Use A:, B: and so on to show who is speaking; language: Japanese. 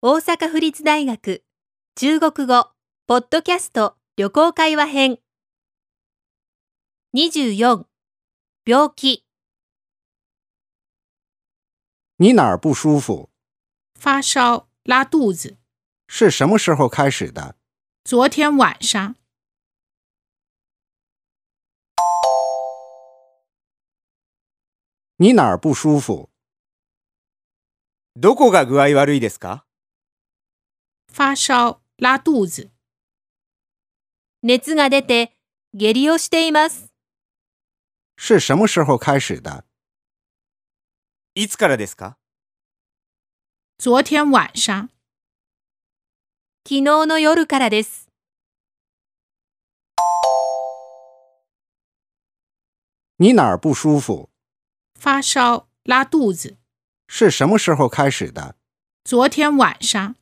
A: 大阪府立大学中国語ポッドキャスト旅行会話編24病気
B: 你哪儿不舒服？
C: 发烧、拉肚子。
B: 是什么时候开始的？
C: 昨天晚上
B: 你哪儿不舒服？
D: どこが具合悪いですか
C: 发烧、拉肚子。
A: 熱が出て下痢をしています
B: 是什么时候开始的？
D: いつからですか
C: 昨天晚上
A: 昨日の夜からです
B: 你哪儿不舒服？
C: 发烧、拉肚子。
B: 是什么时候开始的？
C: 昨天晚上